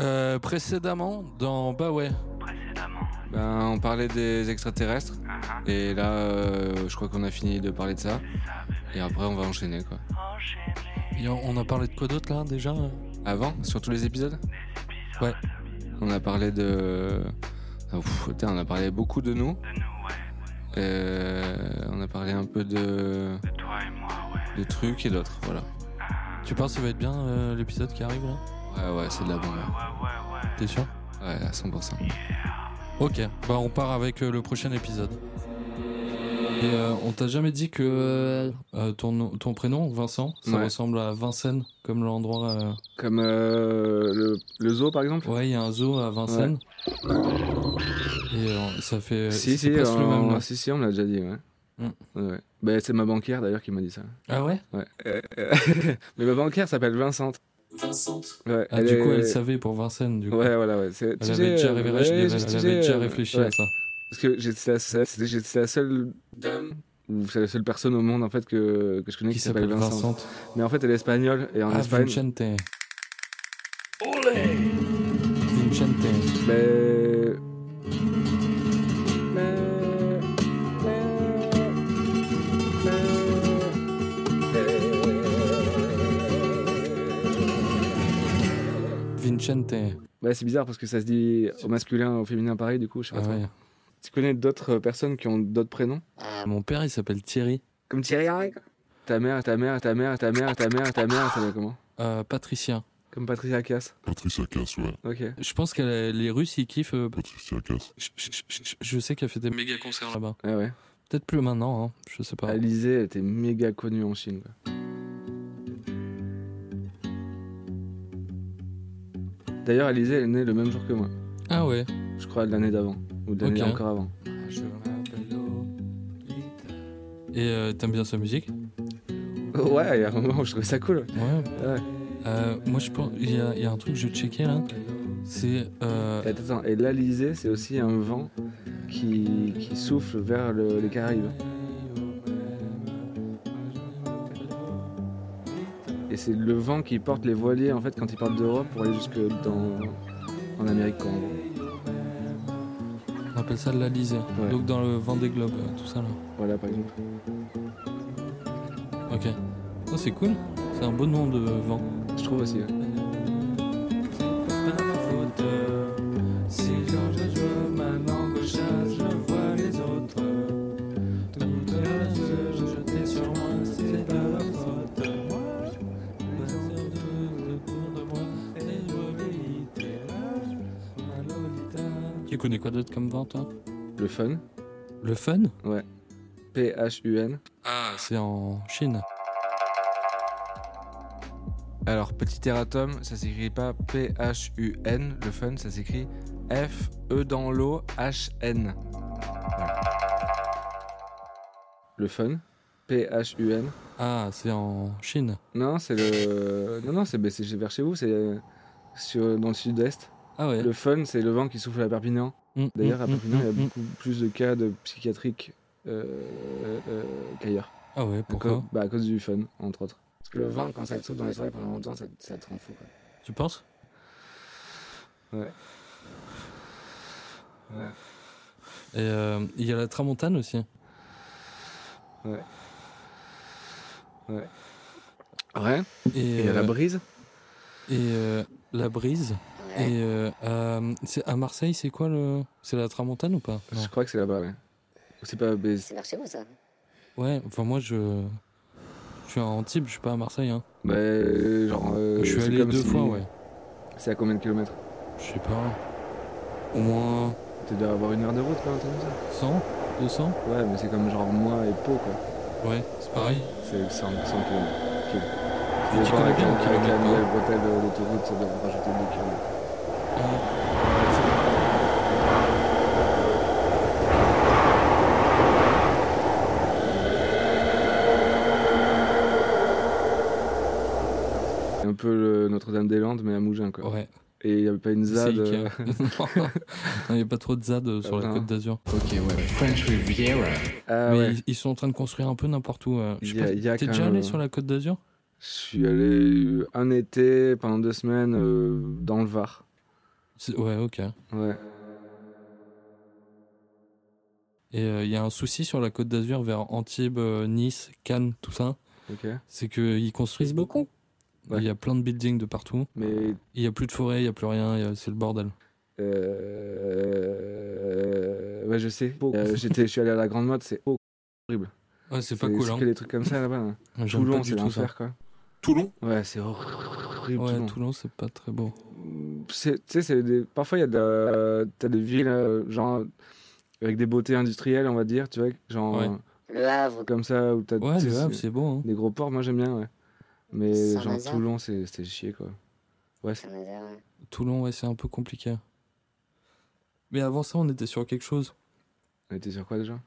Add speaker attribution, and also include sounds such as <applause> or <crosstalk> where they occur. Speaker 1: Euh, précédemment, dans Bah ouais,
Speaker 2: Précédemment.
Speaker 3: Ben, on parlait des extraterrestres.
Speaker 2: Uh-huh.
Speaker 3: Et là, euh, je crois qu'on a fini de parler de ça.
Speaker 2: Ça, bébé.
Speaker 3: Et après, on va enchaîner, quoi.
Speaker 2: Enchaîner
Speaker 1: Et on on a parlé de quoi d'autre là déjà
Speaker 3: Avant, sur tous les épisodes,
Speaker 2: des épisodes
Speaker 1: Ouais.
Speaker 3: on a parlé de. Ah, ouf, putain, on a parlé beaucoup de nous.
Speaker 2: de nous, ouais.
Speaker 3: Euh, on a parlé un peu de,
Speaker 2: De toi et moi, ouais.
Speaker 3: de trucs et d'autres, voilà.
Speaker 1: Tu penses que ça va être bien euh, l'épisode qui arrive là
Speaker 3: Ouais, ouais, c'est de la
Speaker 2: Ouais,
Speaker 3: bonne. merde.
Speaker 2: ouais, ouais, ouais.
Speaker 1: T'es sûr
Speaker 3: Ouais, à 100%.
Speaker 1: Ok, bah on part avec euh, le prochain épisode. Et euh, on t'a jamais dit que euh, euh, ton, nom- ton prénom, Vincent, ça
Speaker 3: Ouais.
Speaker 1: ressemble à Vincennes, comme l'endroit. euh,
Speaker 3: Comme euh, le, le zoo, par exemple
Speaker 1: Ouais, il y a un zoo à Vincennes. Et euh, ça fait.
Speaker 3: Si,
Speaker 1: c'est
Speaker 3: si,
Speaker 1: presque le
Speaker 3: on-
Speaker 1: même là.
Speaker 3: si, si, on me l'a déjà dit, ouais.
Speaker 1: Mm.
Speaker 3: Ouais. Bah, c'est ma banquière d'ailleurs qui m'a dit ça.
Speaker 1: Ah ouais
Speaker 3: Ouais. Euh, euh, Mais ma banquière s'appelle Vincent. Ouais,
Speaker 1: Ah, du coup,
Speaker 3: est-
Speaker 1: elle savait pour Vincennes, du coup.
Speaker 3: Ouais, voilà, ouais. c'est-
Speaker 1: Elle
Speaker 3: tu
Speaker 1: avait,
Speaker 3: sais,
Speaker 1: déjà,
Speaker 3: euh,
Speaker 1: réfléchi-
Speaker 3: ouais,
Speaker 1: elle
Speaker 3: je-
Speaker 1: avait
Speaker 3: tu sais,
Speaker 1: déjà
Speaker 3: euh,
Speaker 1: réfléchi
Speaker 3: ouais.
Speaker 1: à ça.
Speaker 3: Parce que j'étais la, c'était- j'étais la seule dame ou c'est la seule personne au monde en fait que, que je connais
Speaker 1: Qui s'appelle Vincent.
Speaker 3: Mais en fait, elle est espagnole et en
Speaker 1: Ah,
Speaker 3: Espagne,
Speaker 1: Vincente. Vincente.
Speaker 3: ben,
Speaker 1: Vincente. Ah
Speaker 3: ben, c'est bizarre parce que ça se dit au masculin, au féminin pareil. Du coup, je sais
Speaker 1: Ah
Speaker 3: pas trop.
Speaker 1: ouais.
Speaker 3: Tu connais d'autres euh, personnes qui ont d'autres prénoms
Speaker 1: Mon père, il s'appelle Thierry.
Speaker 3: Comme Thierry Harry, quoi. Ta mère, ta mère, ta mère, ta mère, ta mère, ta mère, ça va comment
Speaker 1: Euh, Patricia.
Speaker 3: Comme Patricia Cass.
Speaker 4: Patricia Cass, ouais.
Speaker 3: Ok.
Speaker 1: Je pense que la- les Russes, ils kiffent. euh,
Speaker 4: Patricia Cass.
Speaker 1: je- je- je je- je sais qu'elle fait des méga concerts là-bas.
Speaker 3: Ah ouais.
Speaker 1: Peut-être plus maintenant, hein. je sais pas.
Speaker 3: Alizé, elle était méga connue en Chine. quoi. D'ailleurs, Alizé, elle est née le même jour que moi.
Speaker 1: Ah ouais.
Speaker 3: Je crois de l'année d'avant. Ou de l'année
Speaker 1: Ok.
Speaker 3: encore avant.
Speaker 1: Et euh, t'aimes bien sa musique
Speaker 3: Ouais, il y a un moment où je trouvais ça cool.
Speaker 1: Ouais.
Speaker 3: Ouais.
Speaker 1: Euh, moi, je pense. Il y, a- il y a un truc que je checkais là. C'est. euh,
Speaker 3: Et attends, et l'Alizé, c'est aussi un vent qui, qui souffle vers le- les Caraïbes. Et c'est le vent qui porte les voiliers en fait quand ils partent d'Europe pour aller jusque dans en Amérique. quoi, en gros.
Speaker 1: on appelle ça l'Alizé.
Speaker 3: Ouais.
Speaker 1: Donc dans le Vendée Globe, euh, tout ça là.
Speaker 3: Voilà par exemple.
Speaker 1: Ok. Ça, c'est cool. C'est un beau nom de vent.
Speaker 3: Je trouve aussi. hein. ouais.
Speaker 1: Si ma langue je vois les autres. sur moi, c'est pas la faute. Tu connais quoi d'autre comme vent, toi
Speaker 3: Le fun.
Speaker 1: Le fun
Speaker 3: P-H-U-N.
Speaker 1: Ah, c'est en Chine.
Speaker 3: Alors, petit erratum, ça s'écrit pas P-H-U-N, le fun, ça s'écrit F-E dans l'eau, H-N. Le fun, P-H-U-N.
Speaker 1: Ah, c'est en Chine.
Speaker 3: Non, c'est le. Non, non, c'est ben, c'est vers chez vous, c'est euh, sur- dans le sud-est.
Speaker 1: Ah ouais.
Speaker 3: Le fun, c'est le vent qui souffle à Perpignan.
Speaker 1: Mm,
Speaker 3: D'ailleurs, à
Speaker 1: mm, mm,
Speaker 3: Perpignan, il y a
Speaker 1: mm, mm.
Speaker 3: beaucoup plus de cas de psychiatriques euh, euh, euh, qu'ailleurs.
Speaker 1: Ah ouais,
Speaker 3: À
Speaker 1: pourquoi
Speaker 3: cause- bah, À cause du fun, entre autres. Parce que le vent, quand ça te souffle dans les oreilles pendant longtemps, ça, te rend fou.
Speaker 1: Tu penses
Speaker 3: Ouais. Ouais.
Speaker 1: Et euh, il y a la tramontane aussi.
Speaker 3: Ouais.
Speaker 1: Et,
Speaker 3: Il y a la
Speaker 1: euh,
Speaker 3: brise.
Speaker 1: et euh, la brise. Et euh, euh, c'est- à Marseille, c'est quoi le. C'est la tramontane ou pas Non.
Speaker 3: Je crois que c'est là-bas, ouais. Ou C'est pas. mais c'est-
Speaker 5: C'est vers chez vous, ça
Speaker 1: Ouais, enfin, moi, je. Je suis à Antibes, je suis pas à Marseille. Hein.
Speaker 3: Bah, euh, genre. euh,
Speaker 1: je suis
Speaker 3: c'est
Speaker 1: allé
Speaker 3: comme
Speaker 1: deux
Speaker 3: si-
Speaker 1: fois, ouais.
Speaker 3: C'est à combien de kilomètres
Speaker 1: Je sais pas. Au moins
Speaker 3: Tu dois avoir une heure de route, quoi, un truc comme
Speaker 1: 100 200
Speaker 3: ça. Ouais, mais c'est comme genre moi et Pau, quoi.
Speaker 1: Ouais, c'est pareil.
Speaker 3: C'est 100, 100 kilomètres.
Speaker 1: tu
Speaker 3: Et
Speaker 1: connais
Speaker 3: avec,
Speaker 1: bien hein. les
Speaker 3: avec la
Speaker 1: kilomètres,
Speaker 3: nouvelle bretelle de l'autoroute, ça doit vous rajouter 2 kilomètres. C'est Un peu le Notre-Dame-des-Landes, mais à Mougins, quoi.
Speaker 1: Ouais,
Speaker 3: Et il n'y avait pas une
Speaker 1: c'est
Speaker 3: ZAD. euh,
Speaker 1: Ikea. <laughs> Non, Il n'y a pas trop de ZAD euh, sur la
Speaker 3: Ah,
Speaker 1: côte d'Azur.
Speaker 3: Ah
Speaker 1: Mais
Speaker 3: ouais.
Speaker 1: ils, ils sont en train de construire un peu n'importe où. euh. Je sais
Speaker 3: Il y a-
Speaker 1: pas,
Speaker 3: il y a
Speaker 1: T'es
Speaker 3: quand
Speaker 1: déjà
Speaker 3: même,
Speaker 1: allé
Speaker 3: euh,
Speaker 1: sur la côte d'Azur
Speaker 3: Je suis allé un été pendant deux semaines euh, dans le Var.
Speaker 1: C'est- Ouais, ok.
Speaker 3: Ouais.
Speaker 1: Et euh, il y a un souci sur la Côte d'Azur vers Antibes, euh, Nice, Cannes, tout ça.
Speaker 3: Ok.
Speaker 1: C'est qu'ils construisent beaucoup.
Speaker 3: Ouais.
Speaker 1: Il y a plein de buildings de partout.
Speaker 3: Mais
Speaker 1: Il y a plus de forêt, il y a plus rien, il y a- c'est le bordel.
Speaker 3: euh... ouais, je sais. Euh, J'étais, je suis allé à la Grande Mode, c'est horrible.
Speaker 1: Ouais, c'est pas cool.
Speaker 3: C'est
Speaker 1: Hein.
Speaker 3: que des trucs comme ça là-bas. hein.
Speaker 1: J'aime pas
Speaker 3: Toulon,
Speaker 1: du
Speaker 3: c'est
Speaker 1: tout ça.
Speaker 3: l'enfer quoi.
Speaker 4: Toulon
Speaker 3: Ouais, c'est horrible.
Speaker 1: Ouais,
Speaker 3: Toulon.
Speaker 1: Toulon, c'est pas très beau.
Speaker 3: C'est- Tu sais, c'est des... parfois il y a de, euh, t'as des villes euh, genre avec des beautés industrielles, on va dire, tu vois, genre
Speaker 1: Ouais.
Speaker 5: Le Havre,
Speaker 3: comme ça où t'as
Speaker 1: Ouais,
Speaker 3: tu sais,
Speaker 1: le Havre,
Speaker 3: c'est-
Speaker 1: c'est beau. Hein.
Speaker 3: des gros ports. Moi j'aime bien, ouais. Mais genre
Speaker 5: Saint-Nazaire.
Speaker 3: Toulon, c'est- c'était chier quoi. Ouais, c'est-
Speaker 5: Saint-Nazaire. ouais.
Speaker 1: Toulon, ouais, c'est un peu compliqué. Mais avant ça, on était sur quelque chose.
Speaker 3: on était sur quoi déjà